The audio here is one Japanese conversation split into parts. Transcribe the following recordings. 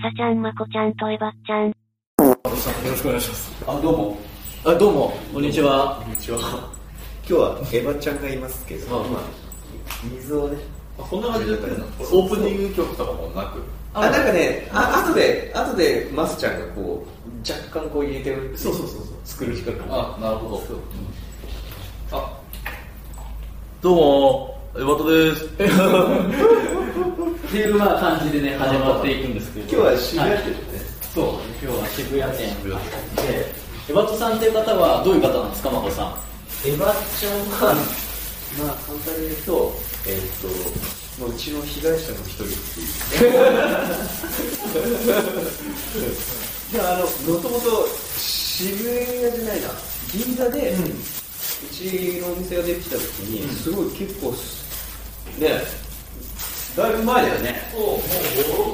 かちゃん、まこちゃんとえばっちゃん。よろしくお願いします。あ、どうも。あ、どうも、こんにちは。こんにちは。今日はエヴァちゃんがいますけど、あ今、水をね。こんな感じでやってるのオープニング曲とかもなく。あ、なんかね、あ後で、後で、マスちゃんがこう、若干こう入れてる。そうそうそうそう作る企画。あ、なるほど。あ、どうも、エバト です。っていうまあ感じでね、始まっていくんですけ今ど。日は渋谷店いそう、今日は渋谷店で、エバトさんっていう方はどういう方なんですか、まこさん。エヴァちゃんは、まあ簡単に言うと、えっと、もううちの被害者の一人っていう。 でもあの、もともと渋谷じゃないな、銀座で、うちのお店ができた時に、すごい結構す、ね、だいぶ前だよね。そう、もう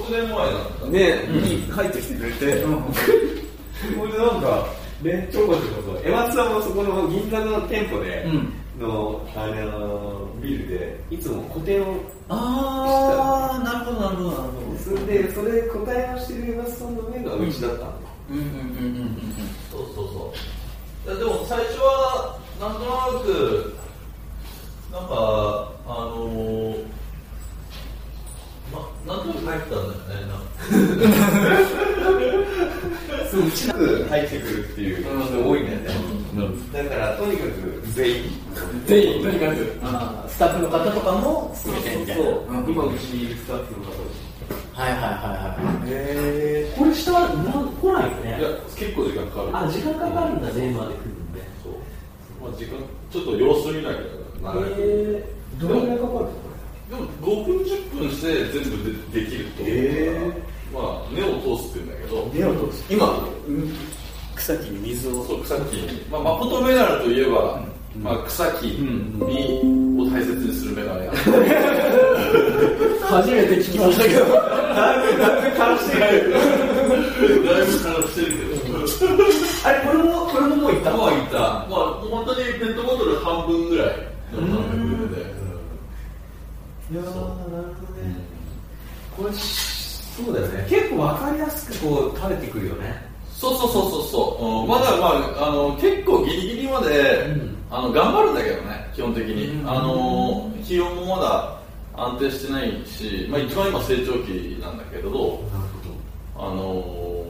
5、6年前なんだ。ね、に入ってきてくれて、ほ、いでなんか、ね、ちょこちょこそう、エマツさんもそこの銀座の店舗で、うんの、あのービルで、いつも個展を、あー、なるほど、なるほど、なるほど。それで、それで個展をしてるエマツさんの面がうちだったんで、うんうんうんうんうん。そうそうそういや。でも最初は、なんとなく、なんか、あのー、ま、なんとなく入ったんだよね、なんか。すごいうちなく入ってくるっていう人多いんだよね。だから、とにかく全員。全員、とにかく、あースタッフの方とかも含めてみたいな。そう、ん今うちスタッフの方はいはいはいはい。へこれ下はなん来ないよねいや、結構時間かかる。あ、時間かかるんだ、全部まで来るんで。そう。まあ時間、ちょっと様子見ないけど、長いけどえー、どれぐらいかかるのでも5分10分して全部でできると思うから、えまあ根を通すって言うんだけど根を通す。今、うん草木に水 を。そう草木まあ誠メガネといえば、まあ、草木にを大切にするメガネなんで初めて聞きましたけど。だいぶ辛くしてるけどあれ、これも、これももう行った頭はいったまあ本当にペットボトル半分ぐらいの感覚でいやー、なるほどね。これ、そうだよね。結構わかりやすくこう、垂れてくるよね。そうそうそうそうそう、うんまだまああの結構ギリギリまで、あの頑張るんだけどね基本的に、あの気温もまだ安定してないし、まあ、一番今成長期なんだけれどなるあの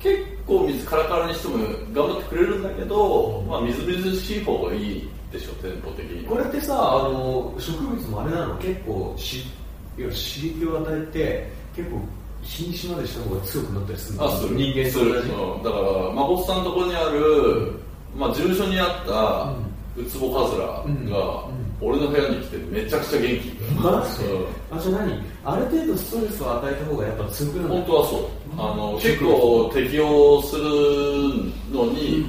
結構水カラカラにしても頑張ってくれるんだけど、まあ、みずみずしい方がいいでしょテンポ的にこれってさ、あの、植物もあれなの結構し、いや、刺激を与えて、結構、品種までした方が強くなったりするのあする人間すとる同じ。うんだから孫さんのとこにある、まあ、事務所にあったウツボカズラが、俺の部屋に来てめちゃくちゃ元気マジであ、じゃあ何ある程度ストレスを与えた方がやっぱ強くなる本当はそう、あの結構適応するのに、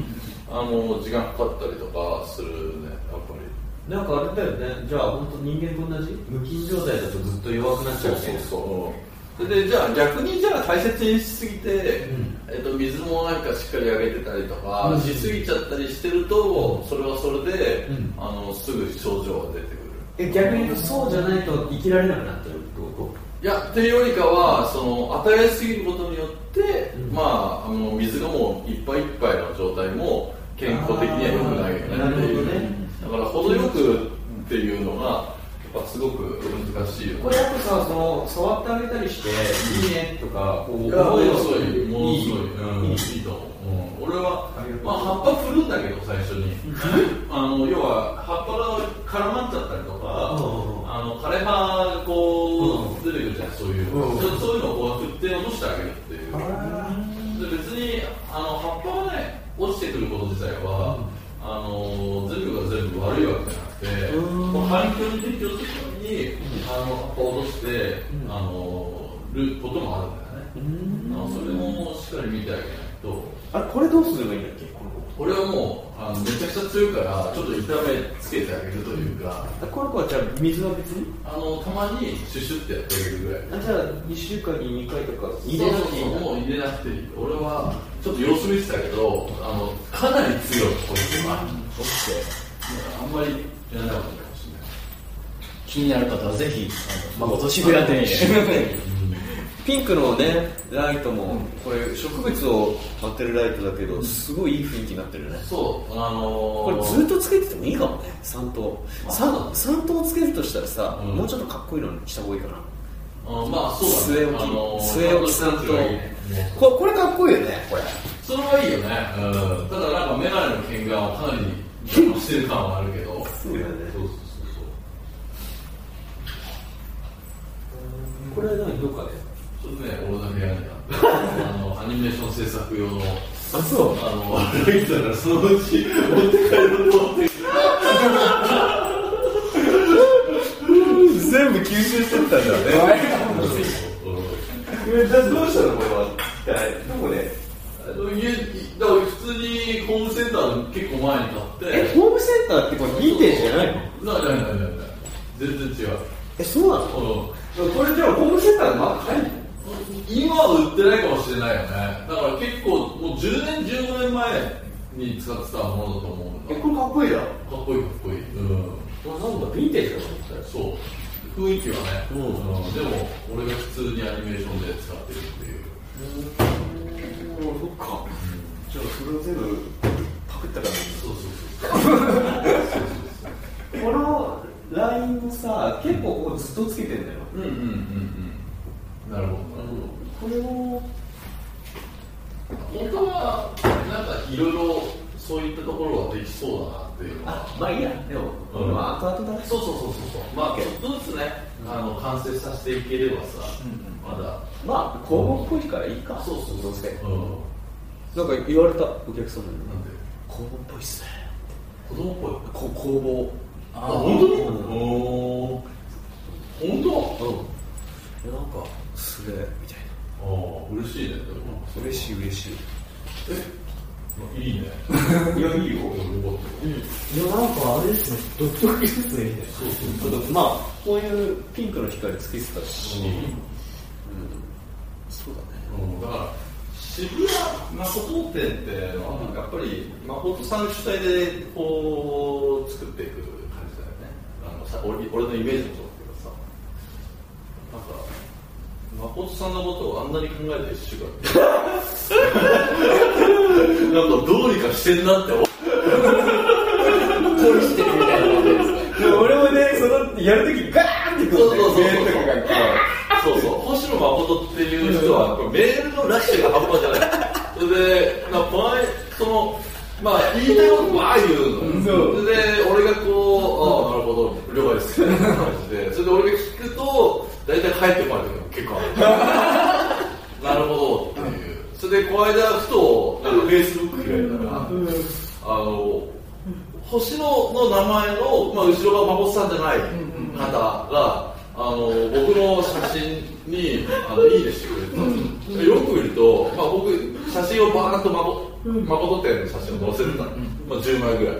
あの時間かかったりとかするねやっぱりなんかあれだよね。じゃあ本当人間と同じ無菌状態だとずっと弱くなっちそゃううそうね。そう、でじゃあ逆にじゃあ大切にしすぎて、えっと、水もなんかしっかりあげてたりとか、しすぎちゃったりしてるとそれはそれで、うんあのすぐ症状が出てくるえ逆に言うとそうじゃないと生きられなくなっちゃうってこいやっていうよりかはその与えすぎることによって、まああの水がもういっぱいいっぱいの状態も健康的には良くないよねっていうあーなるだから程よくっていうのがやっぱすごく難しいよとこねれやっぱさその触ってあげたりして「いいね」とかこういや、ものすごそうい、ものすごい、うんいいいいと思う。俺はありがと、うまあ、葉っぱ振るんだけど、最初に。あの、要は、葉っぱが絡まっちゃったりとかうんうんう、んあの、枯れ葉がこう、出てくるじゃん、そういううんうん。そそういうのをこう振って落としてあげるっていう。で別に、あの、葉っぱがね、落ちてくること自体は、あの、全部が全部悪いわけじゃなくて、うんこう環境に適応するために、あの、葉っぱを落として、あの、ることもあるんだよね。あのそれもしっかり見てあげないとあれこれどうすればいいんだっけこ俺はもうあのめちゃくちゃ強いからちょっと痛めつけてあげるというかの子この子はじゃあ水は別にあのたまにシュシュってやってあげるぐらいあじゃあ2週間に2回とか入そうれなくていいんそだうもう入れなくていい俺はちょっと様子見てたけどあのかなり強いこいつが起きてあんまりやらなかったかもしれない 気になる方はぜひ、あのまあ、お年ぶら店へ。ピンクのね、ライトも、これ、植物を当てるライトだけど、すごいいい雰囲気になってるね。そう、あこのー、れずっとつけててもいいかもね、3灯。3, 三灯つけるとしたらさ、うんもうちょっとかっこいいのにした方がいいかな。あまあそう据えだね置き、あのー据え置きさんとちゃとしたやつがいいねここれかっこいいよね、これ。それはいいよね、うん、ただなんかメガネの剣がかなり邪魔してる感はあるけどそうだよねそうそうこれは何、どっかで。そうそうちょっとね俺 だけやらなきゃあのアニメーション制作用のあ、そう。あの歩いてたらそのうち持って帰ると思って全部吸収してったんだよね。どうしたのこれは。どこで家だから普通にホームセンターの結構前に立え、 ってホームセンターってこれヴィンテージじゃないのなななななな全然違うえ、そうなのうんこれじゃあホームセンターでまだ買える今は売ってないかもしれないよねだから結構もう10年15年前に使ってたものだと思うんだえ、これかっこいいだろ。かっこいいかっこいいうんなんだ、ヴィンテージかと思ったよ。そう雰囲気はね、うんうんでも俺が普通にアニメーションで使ってるっていうそっか。じゃあそれを全部パクったからそうそうこのラインもさ、結構こうずっとつけてんだよ。そううんうんうんうんなるほどなるこれも、ほど他はなんかいろいろそういったところができそうだなっていうのはあ、まあいいや、でも、うんまあ後々だね。そうそうそうそうそうまあちょっとずつね、あの完成させていければさ、まだまあ、工房っぽいからいいか。そうそうどうせ。うんなんか言われた、お客様に。なんで工房っぽいっすね。子供っぽこい工房。あうんおー本うん。なんか、それ、みたい当ああ嬉しいねでもな。嬉しい、嬉しい。いいねいや、いいよ。うん。よかったいや、なんかあれですね、独特ですね、みたいな。そうそうちょっとまあ、こういうピンクの光つけてたし、そうだね。うんだから渋谷マコト店っていうのはなんかやっぱりマコトさん主体でこう作っていく感じだよねあのさ俺俺のイメージもそうだけどさなんかマコトさんのことをあんなに考えてる主が なんかどうにかしてんなって思う恋してるみたいな感じですね。俺もね、その、やるときガーンってそうそうそうそうメールとかがそうそう、星野誠っていう人は、これメールのラッシュが半端じゃない。それで、まあ、このその、まあ、言いたいことばあ言うのよ。うそれで、俺がこう、ああ、なるほど、了解です。みたいな感じで、それで俺が聞くと、大体帰ってこない時が結構ある。なるほど、っていう。それで、この間、ふと、なんか、Facebook 開いたら、あの、星野の名前の、まあ、後ろが孫さんじゃない方が、あの、僕の写真に、あの、いいねしてくれてたんですよ。よく見ると、まあ、僕、写真をバーンと孫、孫店の写真を載せてたの。まあ、10枚ぐらい。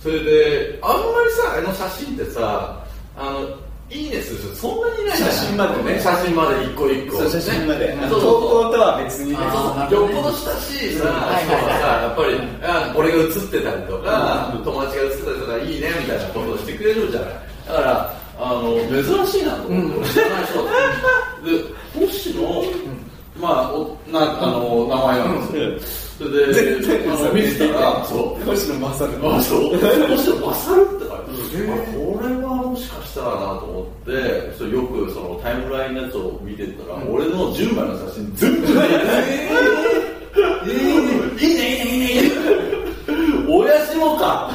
それで、あんまりさ、あの写真ってさ、あの、いいねする人そんなにいないじゃん写真までね写真まで一個一個。そう、写真まで。ね投稿とは別にね。あーよっぽど親しいさ、人はいはいがさ、やっぱり、あ俺が映ってたりとか、うん友達が映ってたりとか、いいねみたいなことをしてくれるじゃない。だから、あの、珍しいなと思って、俺知らない人だとで、星野、まあ、おなあの、名前なんですよ。それで、絶対あの見てたら、そう。星野勝る。あ、そう。もしバサルって書いてあるあこれはもしかしたらなと思って、それよくそのタイムラインのやつを見てたら、俺の10枚の写真全部見ててえー、いいね、いいね、いいね、いいね。親父もか。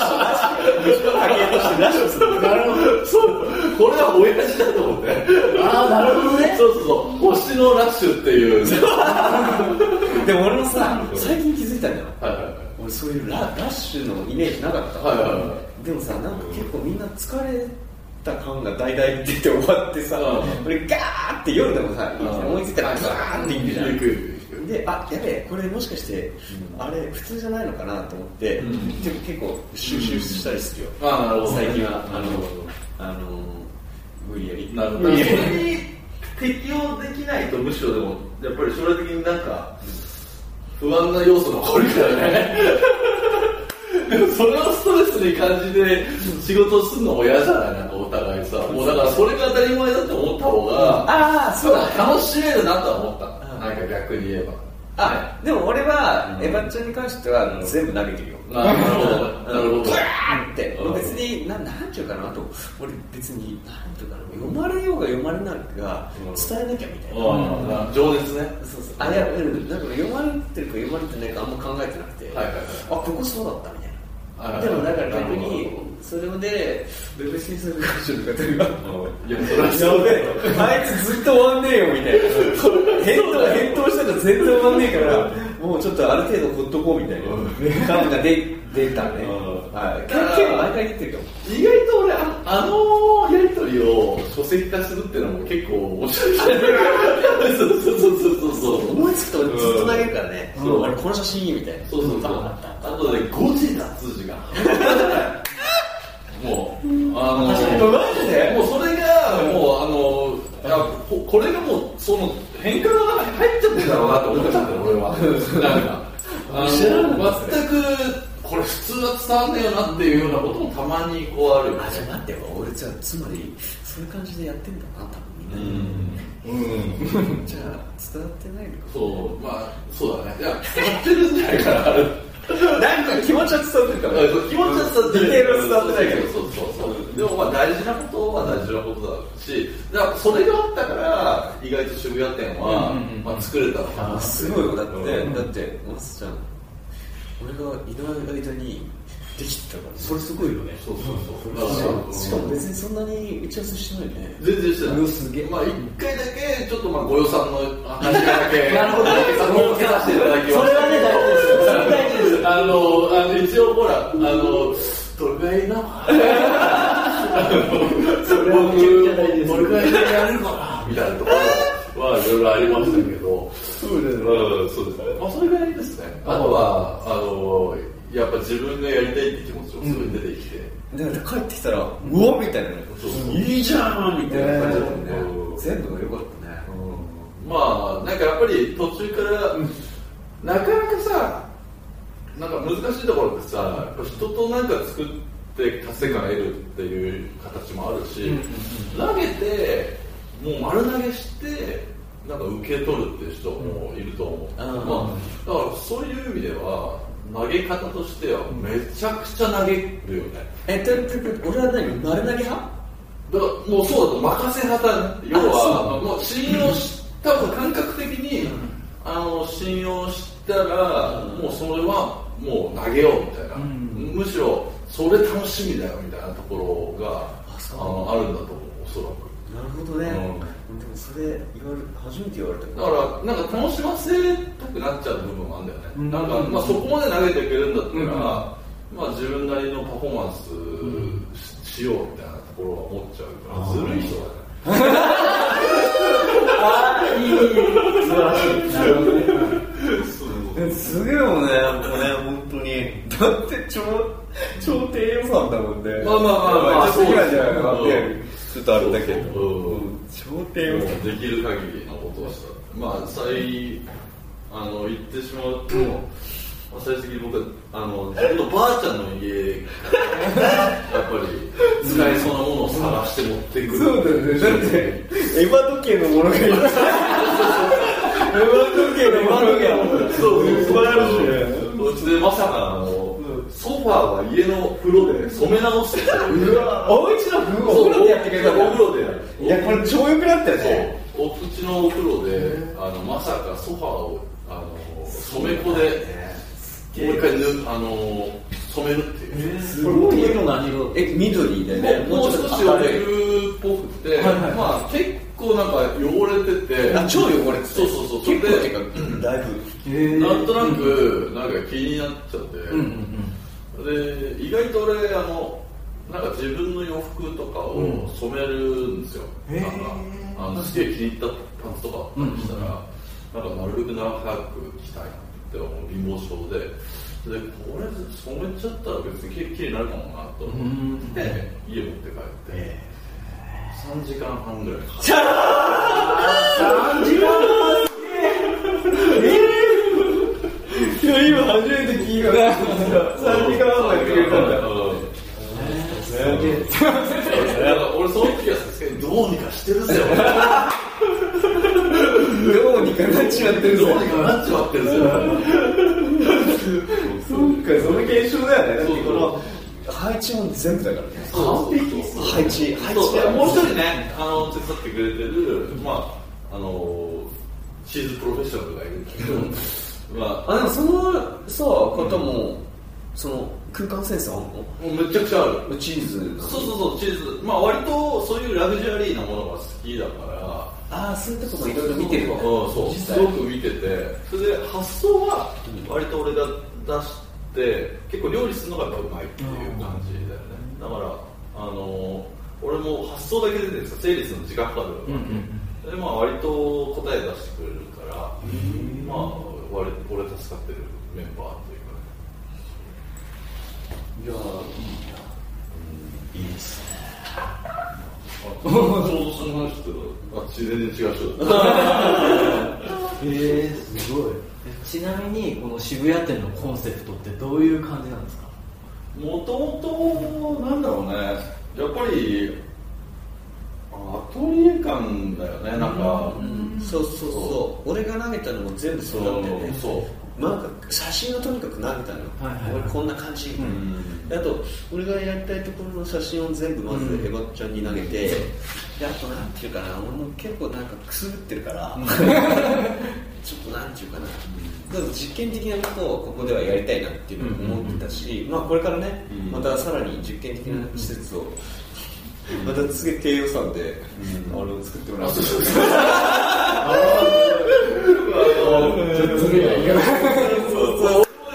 ハゲとしてラジオする。なるほど。そう、これは親父だと思って。ああ、なるほどね。そうそうそう、星のラッシュっていう。でも俺もさ、最近気づいたんだよ。はいはいはい俺そういうララッシュのイメージなかった、はいはいはでもさなんか結構みんな疲れた感が大々って言って終わってさ、う俺ガーって夜でもさ、思いついたらガーっていくじゃん、行く行く行くであやべえこれもしかして、あれ普通じゃないのかなと思って、うんでも結構収集したりするよ、あなるほどね最近はあなるほどのあの無理やりなるほ無ど。理そやりれに適応できないと、むしろでも、やっぱり将来的になんか、 不安な要素が残るからね。でもそれをストレスい感じで仕事するのも嫌じゃないなんかお互いさもうだからそれが当たり前だと思った方が、ああそうだ楽しめるなとは思った、うんなんか逆に言えばあでも俺はうんエヴァちゃんに関してはもう全部投げてるよあなるほどなるほどブワーってうん別にななんていうかなあと俺別になんていうかな読まれようが読まれないがうん伝えなきゃみたいなああ情熱ねそうそうあいやうんなんか読まれてるか読まれてないかあんま考えてなくてはいはいはいあここそうだったみたいなはいはでいもだから逆なるにほそれでブブシーする彼女の方がいやそれはやべえ、あいつずっと終わんねえよみたいな。返答、返答したら全然終わんねえから、もうちょっとある程度ほっとこうみたいな感が出出たね。うんはい。だから結構毎回言ってるよ。意外と俺ああのやりとりを書籍化するっていうのも結構面白いそうそうそうそうそうそう思いつくとずっと投げるからね。うんそう、俺この写真いいみたいな。そうそうそう。あとね、5時だ、数字が。 もう、あの、マジでもうそれが、もう、あの、いやここれがもう、その、変化の中に入っちゃってるだろうなと思ったんだよ、俺は。なんか、あ知らなかったの、全く、これ普通は伝わんねえよなっていうようなこともたまにこうあるよねあ、じゃあ待ってよ。俺じゃあつまり、そういう感じでやってんだな、多分みんうな。ん。じゃあ伝わってないのか。そう、まあ、そうだね。いや、伝わってるんじゃないかな。なんか気持ちは伝わってるか気持ちは伝わってディるテールは伝わってないけど。そうそうそうそうでもまあ大事なことは大事なことだしだからそれがあったから意外と渋谷店は、うんうんうんまあ、作れたのかなあすごいよだって、うんだってマスちゃん俺がいない間にできたからそれすごいよね。そうそうそうしかもしかもうん別にそんなに打ち合わせしてないね全然してなういわすげえまあ一回だけちょっとまあご予算の話だ けなるほどそこを受けさせていただきましたそれはね大事ですよそれは大事ですあのあの一応ほらあのどれぐらいなめちゃくちゃ大事ですそれはどれぐらいでやれるかなみたいなところはいろいろありましたけどそうだうんそうですねまあそれぐらいですねあとはあのやっぱ自分がやりたいって気持ちもすごい出てきて、だから帰ってきたらうわみたいなそうそういいじゃんみたいな感じだったね、うん全部が良かったねまあなんかやっぱり途中から、なかなかさなんか難しいところってさやっぱ人となんか作って達成感を得るっていう形もあるし、投げてもう丸投げしてなんか受け取るっていう人もいると思う、んまあ、だからそういう意味では投げ方としてはめちゃくちゃ投げるよね、えっと俺は何丸投げ派だからもうそうだと任せ方要はもう信用し多分感覚的に、あの信用したら、もうそれはもう投げようみたいな、むしろそれ楽しみだよみたいなところがあそうのあるんだと思うおそらくなるほどね、うでもそれ言われ初めて言われただからなんか楽しませたくなっちゃう部分もあるんだよね、なんか、まあ、そこまで投げてくれるんだったら、まあ、自分なりのパフォーマンスし,、ようみたいなところは思っちゃうからずるい人だねああいいいい素晴らしい。なるほどね。 えすげえよね、もうね、本当に。だって、超、超低予算だもんね。まあまあまあまあそうじゃないかなそういやちょっとあれだけど。うん超低で予も算。できる限りのことをしたまあ最あの言ってしまうと、まあ、最終的に僕はあの自分のばあちゃんの家からやっぱり使えそうなものを探して持ってくるそうだよね。だって、エヴァ時計のものがいい。エヴァ時計のものがそうそう素晴らしいね。うちでまさかあの、ソファーは家の風呂で染め直してうわおうちの分をお風呂でやってくれたんだお風呂でやるいや、これ超良くなったよね。そうお口のお風呂であのまさかソファーをあの染め粉でもう一回ぬあの染めるっていう、すすごごいいよ色何色え、緑だよね。もうもう少し汚れるっぽくて、まあ、結構なんか汚れててあ、超汚れてたそうそうそうそれ結構でっていうか、だいぶ。なんとなくなんか気になっちゃって、で意外と俺あのなんか自分の洋服とかを染めるんですよ、なんかあのすげえ気に入ったパンツとかあったりしたら、なんかなるべく長く着たいなって思う貧乏症ででこれ染めちゃったら別にききれいになるかもなと思って、家持って帰って、3時間半ぐらいかかったいや、今初めて聞いた。3時間半もやってくれたんだ。うん俺その時はさすがにどうにかしてるぜ俺どうにかなっちまってるぞどうにかなっちまってるぜそっかその現象だよねだっそてうこの配置も全部だからね完璧配置配そう置はもう一人ねあの手伝ってくれてるまああのチーズプロフェッショナルがいるんだけどまああでもそのさ方もその空間センスあんのもうめちゃくちゃあるチーズなのそうそうそうチーズまあ割とそういうラグジュアリーなものが好きだからああそういうとこもいろいろ見てるわうん、そう実す際ごく見ててそれで発想は割と俺が出して結構料理するのがやっぱうまいっていう感じだよねだからあの俺も発想だけ出てるんですよ整理するの時間かかるから、でまあ割と答え出してくれるからまあ割と俺助かってるメンバーというかねいやいいですね。あちょうどその話してたあ全然違う人だええすごい。ちなみに、この渋谷店のコンセプトってどういう感じなんですかもともとなんだろうねやっぱりアトリエ感だよねなんかそうそうそう俺が投げたのも全部そうだったよねそうなんか写真をとにかく投げたのよ、はいはいはい俺こんな感じ、んであと俺がやりたいところの写真を全部まずエバちゃんに投げて、であとなんていうかな俺も結構なんかくすぶってるから ちょっとなんていうかな、でも実験的なことをここではやりたいなっていうのも思ってたし、まあ、これからね、うんまたさらに実験的な施設を、またすげえ低予算で、俺を作ってもらうそうそ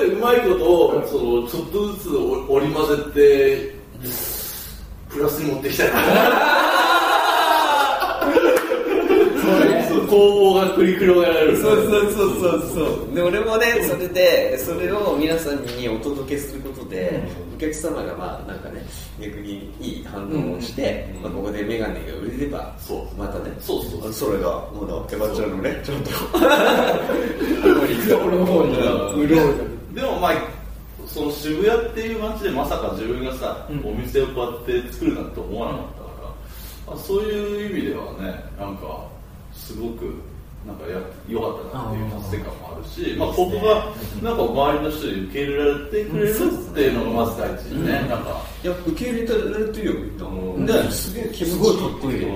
ううまいことをそのちょっとずつ織り交ぜてプラスに持ってきたいそう攻防が繰り広げられるそうそうそうそうそうで俺もねそれでそれを皆さんにお届けすることで、お客様がまあなんかね逆にいい反応をして、まあ、ここで眼鏡が売れればそうまたねそうそうそうそれがまだ手羽ちゃんのねちょっと俺の方にうでもまあその渋谷っていう街でまさか自分がさ、お店をこうやって作るなんて思わなかったから、あそういう意味ではねなんかすごくなんかや良かったなっていう達成感もあるしまあ、ここがなんか周りの人に受け入れられてくれるっていうのがまず大事にね、なんか、いや受け入れられてるよみんなうんだからすげえ気持ちいいすごいかっこいいようん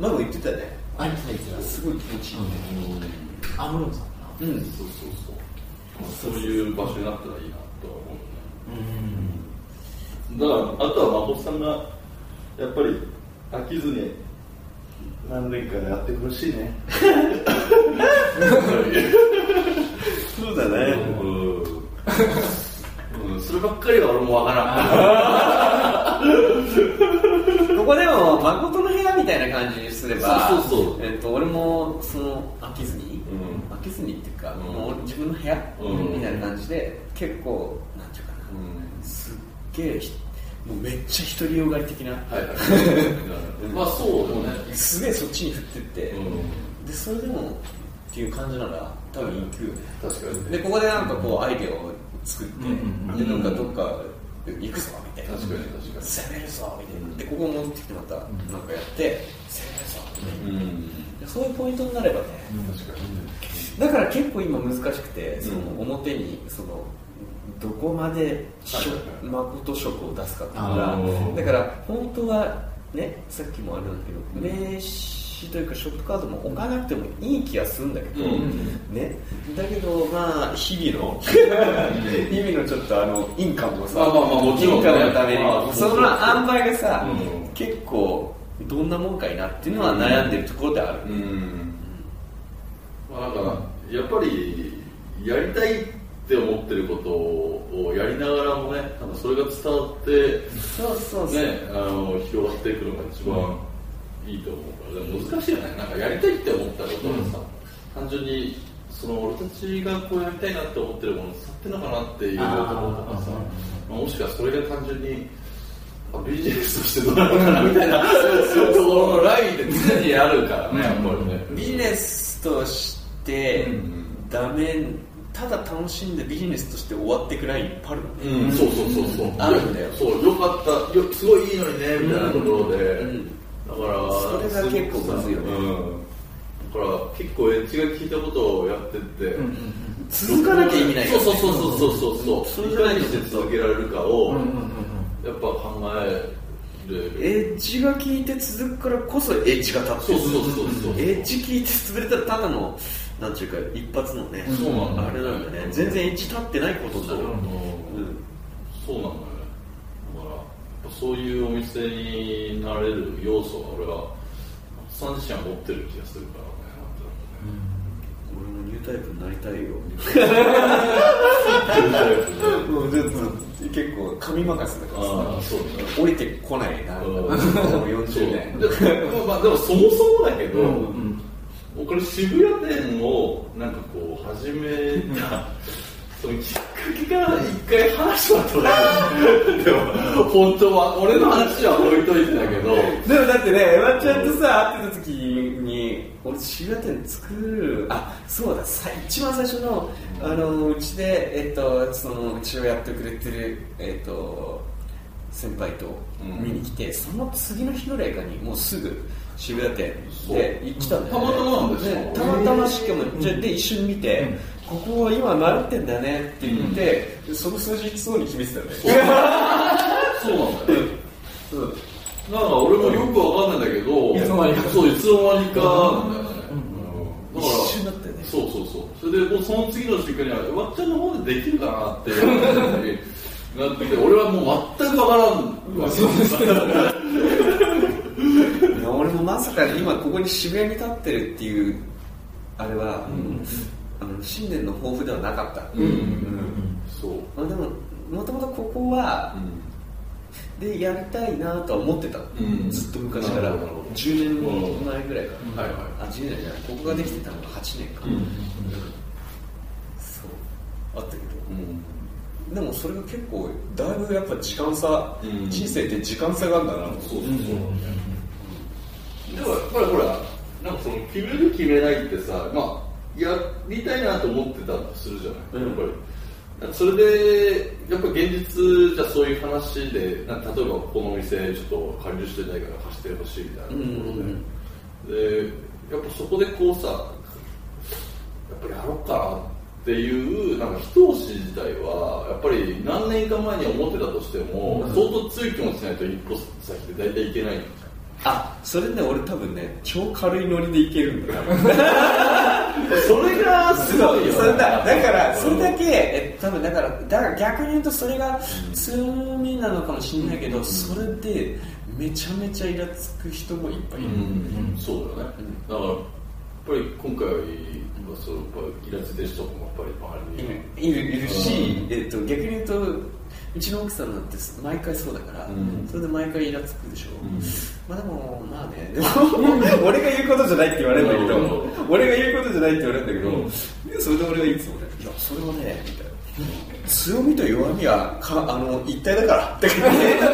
前も言ってたねありたいですすごい気持ちいいねあ、ムロンさんかうん、そうそうそう、まあそういう場所になったらいいなとは思うねな。うん。だからあとは孫さんがやっぱり飽きずに何年かやってほしいねそうだねうん、そればっかりは俺もわからんここでも誠の部屋みたいな感じにすればそうそうそうえっと俺もその飽きずに、う飽きずにっていうか、うんもう自分の部屋、うんみたいな感じで結構なんていうかな、すっげえひもうめっちゃ独りよがり的な、 はいはいまあそうだねすげえそっちに振ってって、でそれでもっていう感じなら多分行くよね、確かにでここでなんかこうアイデアを作って、うんでなんかどっか行くぞみたいな確かに確か攻めるぞみたいなでここ戻ってきてまたなんかやって攻めるぞみたいなにうんそういうポイントになればね、確かだから結構今難しくて、そうんの表にそのどこまではいしはょい誠色を出すかっていうあーのがだから本当はねさっきもあるんだけど、名刺というかショップカードも置かなくてもいい気がするんだけど、うんねだけどまあ日々 の日々のちょっとあのインカムをさ、まあまあまあもちろインんねカムのために、まあその塩梅がさ、うん結構どんなもんかいなっていうのは悩んでるところである、にうんまあなんかやっぱりやりたいって思ってることをやりながらもねなんかそれが伝わってそうそうそう、ね、あの広がっていくのが一番いいと思うから、でも難しいよね、なんかやりたいって思ったことがさ、単純にその俺たちがこうやりたいなって思ってるものを伝ってるのかなっていうところとかさ、まあもしくはそれが単純にあビジネスとしてどうなのかなみたいな、そういうところのラインで常にあるからね、やっぱりね。ビジネスとしてうんダメただ楽しんでビジネスとして終わってくらいいっぱいあるのね、うん、そうそうそうそう、あるんだよそうよかったよすごいいいのにねみたいなところで、んだからそれが結構むずいよねうんだから結構エッジが効いたことをやってって、続かなきゃ意味ないからねそうそうそうそうそうそうそううんいかにして続けられるかうを、んうんやっぱ考えるエッジが効いて続くからこそエッジが立そうってそうるそうそう、エッジ効いて潰れたらただのなんていうか一発のねそうなんだあれなんだね全然エッジ立ってないことになそうるなうの、んそうなのよねだからやっぱそういうお店になれる要素は俺はサン自身は持ってる気がするからね俺もニュータイプになりたいよなんとなく ねもうちょっと結構神任せだからああそうだね降りてこないな うん40年そうでもまあでもそもそもだけど、うんうん僕の渋谷店をなんかこう始めたそのきっかけから一回話しはとれるでも本当は俺の話は置いといてだけどでもだってね、エヴァちゃんとさ、会ってた時に、俺、渋谷店作る、あそうだ、さ一番最初の、あのうちで、えっと、そのうちをやってくれてる、えっと、先輩とうん見に来て、その次の日ぐらいかに、もうすぐ渋谷店そうで行来たんだよ、ね、たまたまなんですよねたまたましかも、じゃで、一緒に見て、ここは今、習ってんだねって言って、でその数日後に決めてたよね。そうなんだよねうんなんか俺もよくわかんないんだけど、いつの間にかそう、いつの間にかなんだよね。だから、一瞬だったよねそうそうそう。それで、もうその次の瞬間には、わっちゃんの方でできるかなっていう感じになってきて、俺はもう全くわからんわけ。そういや俺もまさか今ここに渋谷に立ってるっていうあれは、あの新年の抱負ではなかった、んそう。あでももともとここはでやりたいなとは思ってた、んずっと昔からなるほどなるほど10年前ぐらいから、はいはいあ10年じゃないここができてたのが8年か、うんそうあったけうんどでもそれが結構だいぶやっぱ時間差、うん人生って時間差があるんだなと思ってそうそうそう。でもやっぱりほら、なんかその決める決めないってさ、まあ、やりたいなと思ってたとするじゃない、やっぱり。なんかそれで、やっぱ現実じゃそういう話で、なんか例えばこのお店ちょっと借りる人いないから貸してほしいみたいなところで、で、やっぱそこでこうさ、やっぱりやろうかなっていう、なんか一押し自体は、やっぱり何年か前に思ってたとしても、相当強い気持ちないと一歩先で大体いけないあそれね俺多分ね超軽いノリでいけるん だなそれがすごいよ、ね、それだだからそれだけけえ多分だからだから逆に言うとそれが強みなのかもしれないけど、それでめちゃめちゃイラつく人もいっぱいいる、うん、そうだよね、だからやっぱり今回はそうやっぱイラついてる人もやっぱり周りにいるいるし、うえっと逆に言うとうちの奥さんなんて毎回そうだから、うんそれで毎回イラつくでしょ、んまあでもまあねで も俺が言うことじゃないって言われるんだけど、俺が言うことじゃないって言われるんだけど、それで俺はいつもねいやそれはねみたいな強みと弱みはかあの一体だからって言って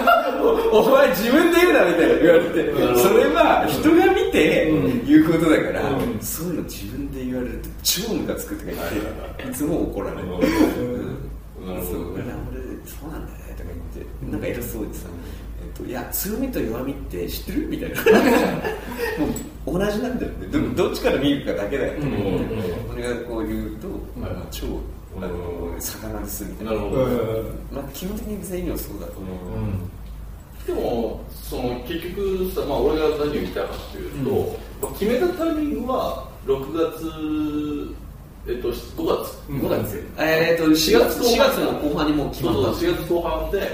おお前自分で言うなみたいな言われて、うんそれは人が見てうん言うことだから、うんそういうの自分で言われると超ムカつくとか言っていつも怒られる、なるほそどうねいや俺そうなんだねとか言ってなんか偉そうでさ、えっと、いや強みと弱みって知ってるみたい なもう同じなんだよねでもどっちから見るかだけだよ、うん俺がこう言うと、まあ、超あのうん魚にするみたいななるほうど、んまあ、基本的に全員はそうだと思う、うんでもその結局さ、まあ、俺が何を言いたいかっていうと、まあ決めたタイミングは6月えっと5月5月、えー、と4月4 ,4 月月の後半にもう決そうまったそう4月後半で、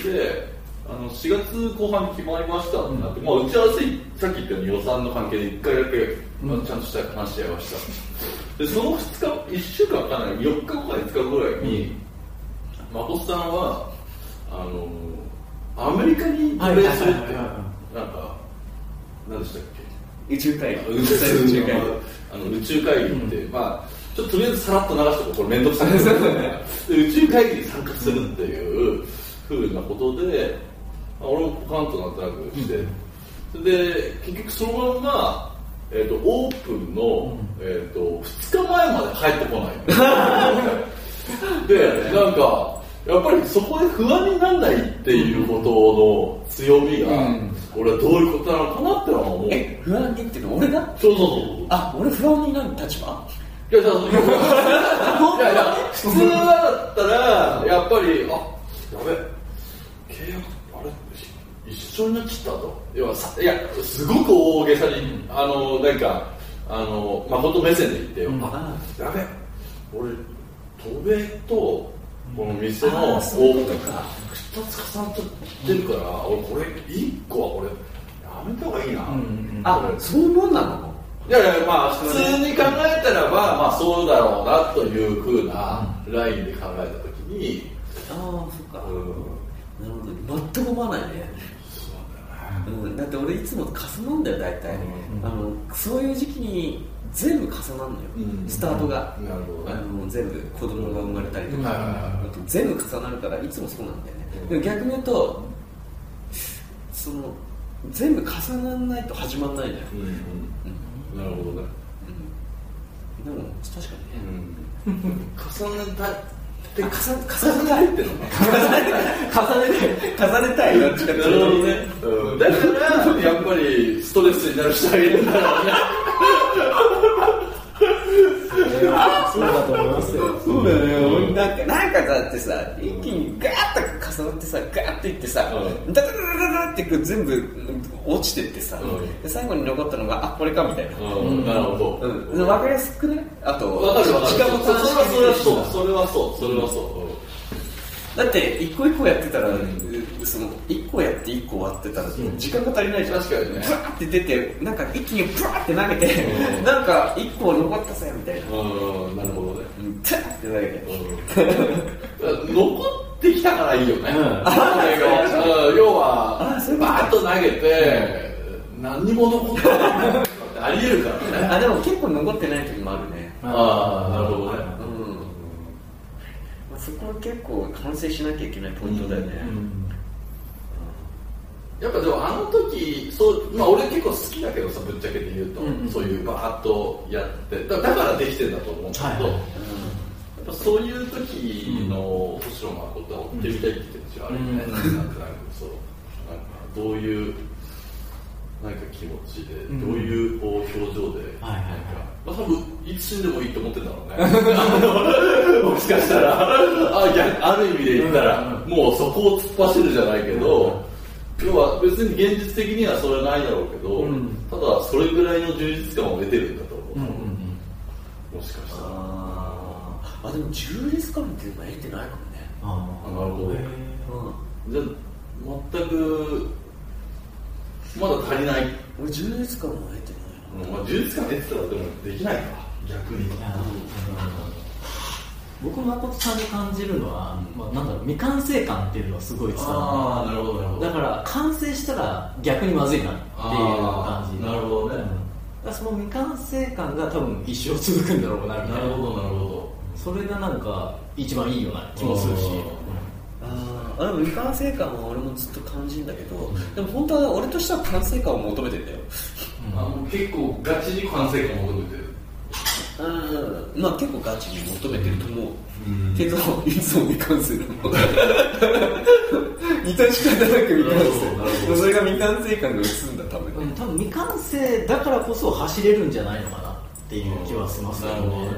それであの4月後半決まりましたってなって、まあ、打ち合わせさっき言ったように予算の関係で1回だけ、まあ、ちゃんとした話し合いましたでその2日1週間かな4日後か5日後ぐらいに孫さんはあのアメリカに渡米するってはいはいはいはなんか何でしたっけ宇宙会宇宙会議あの宇宙会議って、まあちょっととりあえずさらっと流しておこうこれ面倒くさいですねで宇宙会議に参加するっていうふうなことでまあ俺もポカンとなんとなくして、それで結局そのまんまえー、とオープンの、えー、と2日前まで帰ってこない でなんかやっぱりそこで不安にならないっていうことの強みが、うん俺はどういうことなのかなってのは思うえ、不安にっていうの俺がそうそうそうあ、俺不安になる立場いや、だからいやいや、普通はだったら、やっぱり、あ、やべ、契約、あれ、一緒になっちゃったと。いや、さいやすごく大げさに、あの、なんか、あの、誠目線で言ってよ。あ、やべ、俺、渡米と、この店のあオーそういーうこプとンかが、二つさんと来てるから、俺、これ、一個は俺、やめた方がいいな。あ、そういうもんなのいやいや、まあ、普通に考えたらば、まあ、そうだろうなというふうなラインで考えたときに、ああ、そっか。うん、なるほど。全く思わないね。そううん、だって俺いつも重なんだよ、大体。うんあの、そういう時期に全部重なんだよ。うんスタートが。なんだよね。なるほどあね。の全部子供が生まれたりとはいはいか、は全部重なるからいつもそうなんだよね、うんでも逆に言うとその全部重ならないと始まんないのよ、い。うん、うん、なるほどね。うん、でも確かにね、うん。重ねた、で重重ねたいっての重ねたい重ねたいどっちかってなるほどねいうと。うん、だから、やっぱり、ストレスになる人がいるんだろうね。そうだと思いますよ。そうだよね、なんかなんかだってさ一気にガーッと重なってさガーッといってさ、うんダダダダダダってこう全部落ちてってさ、うんで最後に残ったのがあこれかみたいな、うん、なるほど。うん、分かりやすくねあとわかるわかる。時間も短縮それはできるしそう、それはそう、それはそう。うんだって一個一個やってたら、んその一個やって一個終わってたら、ん時間が足りないじゃん確かにねブワーって出てなんか一気にブワーって投げて、うんなんか一個残ったさみたいなうん、なるほどね。うんタッって投げてうん残ってきたからいいよね。うんそれがうん要はあそういうことバーッと投げて何にも残ってない ってあり得るから ね。あでも結構残ってない時もあるねああなるほどね。うん、まあ、そこは結構完成しなきゃいけないポイントだよね、やっぱでもあの時そうまあ俺結構好きだけどさぶっちゃけて言うと、うんうんそういうバーッとやってだだからできてんだと思うんだけど。はいやっぱそういう時の星野誠は追ってみたいって気持ちはあるよね、うんなんとなくそうなんかどういうなんか気持ちで、んどういうこう表情で、はいはいはいなんか、まあ、多分いつ死んでもいいと思ってんだ ろうねあのもしかしたらあいやある意味で言ったら、もうそこを突っ走るじゃないけど、要は別に現実的にはそれはないだろうけど、うんただそれぐらいの充実感を得てるんだと思う、うんうんもしかしたら。あーあでも充実感っていうのは得てないかもねああなるほどねうんじゃあ全くまだ足りない、俺充実感も得てまあ、充実感出てたらでもできないか逆にあの僕誠さんで感じるのは、まあ、なんだろう未完成感っていうのはすごい伝わあーなるほどなるほるどだから完成したら逆にまずいなっていうあ感ーじなるほどねうんだからその未完成感が多分一生続くんだろうなみたいななるほどそれがなんか一番いいような気もするしあーあでも未完成感は俺もずっと感じるんだけど、でも本当は俺としては完成感を求めてんだよあもう結構ガチに完成感求めてるうんまあ結構ガチに求めてると思う、うんけどいつも未完成なの 致し方なく未完なるほどなるほ成どそれが未完成感が薄んだ多分うねん多分未完成だからこそ走れるんじゃないのかなっていう気はしますけどなるほどね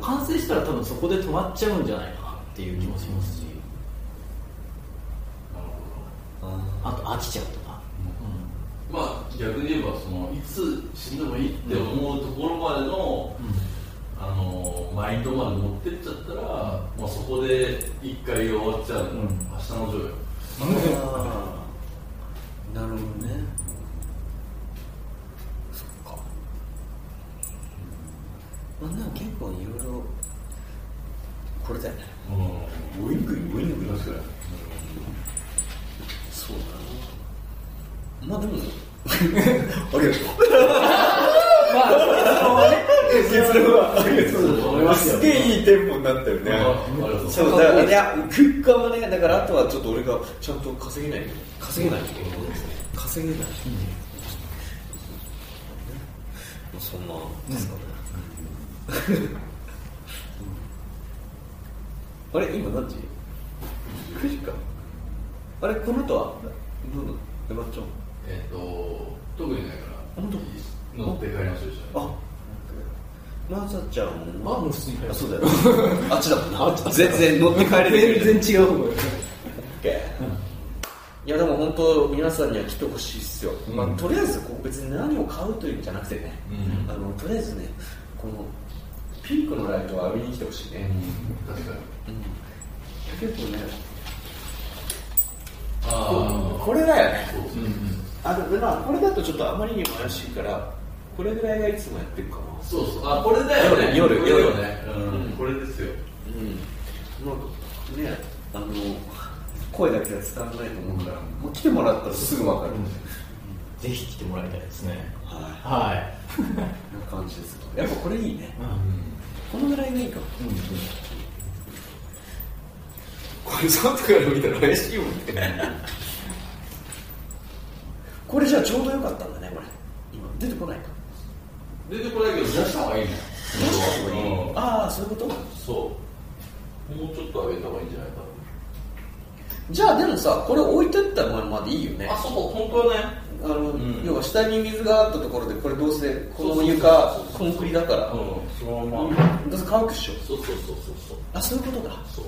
完成したら多分そこで止まっちゃうんじゃないかなっていう気もしますし、あと飽きちゃうとか、まあ逆に言えばそのいつ死んでもいいって思うところまでの、あのマインドまで持ってっちゃったら、まあ、そこで一回終わっちゃんう、明日のジョーよあーなるほどねそっかまあでも結構いろいろこれだよねうん、ウイングインウイング確かにそうだなまあで もありがとう結論はありがとうございますすげえいいテンポになったよねありがとうそうだからいやクッカーはねだからあとはちょっと俺がちゃんと稼げない稼げない稼げない、そんなですかね、 あれ今何時 ?9 時かあれこの後はどうなのえばっちゃんえっと特にないから本当乗って帰りましょう一緒にあまさちゃんあもう普通に帰るあそうだよあっちだもんな全然乗って帰れる全然違う方がいやでも本当皆さんには来てほしいっすよ、まあ、とりあえずこう別に何を買うというんじゃなくてね、うんあのとりあえずねこのピンクのライトは浴びに来てほしいね、確かに結構ねあこれだよねあそうですねあのまあこれだとちょっとあまりにも怪しいからこれぐらいがいつもやってるかなそうそうあこれだよね夜夜夜これねうんこれですようんなんかねあの声だけでは伝わらないと思うから、もう来てもらったらすぐ分かる、ぜひ来てもらいたいですねははいいな感じですけどやっぱこれいいねうんこのぐらいがいいかもうんこれ外から見たら怪しいもんね これじゃあちょうどよかったんだねこれ今出てこないか出てこないけど出した方がいいねうんああそういうことそうもうちょっと上げた方がいいんじゃないかじゃあでもさこれ置いてったままでいいよねあそう本当はねあの、ん要は下に水があったところでこれどうせこのそ床うそうそうコンクリだから、うんそのままどうせ乾くっしょそうそうそうそうそうあそういうことだそう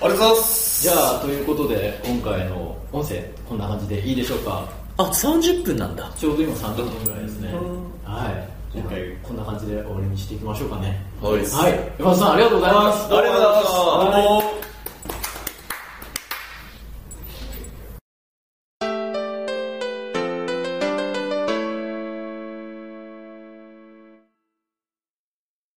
ありがとうございますじゃあということで今回の音声こんな感じでいいでしょうかあ30分なんだちょうど今30分ぐらいですねうんはい今回こんな感じで終わりにしていきましょうかねはいはい山田さんありがとうございますありがとうございますはい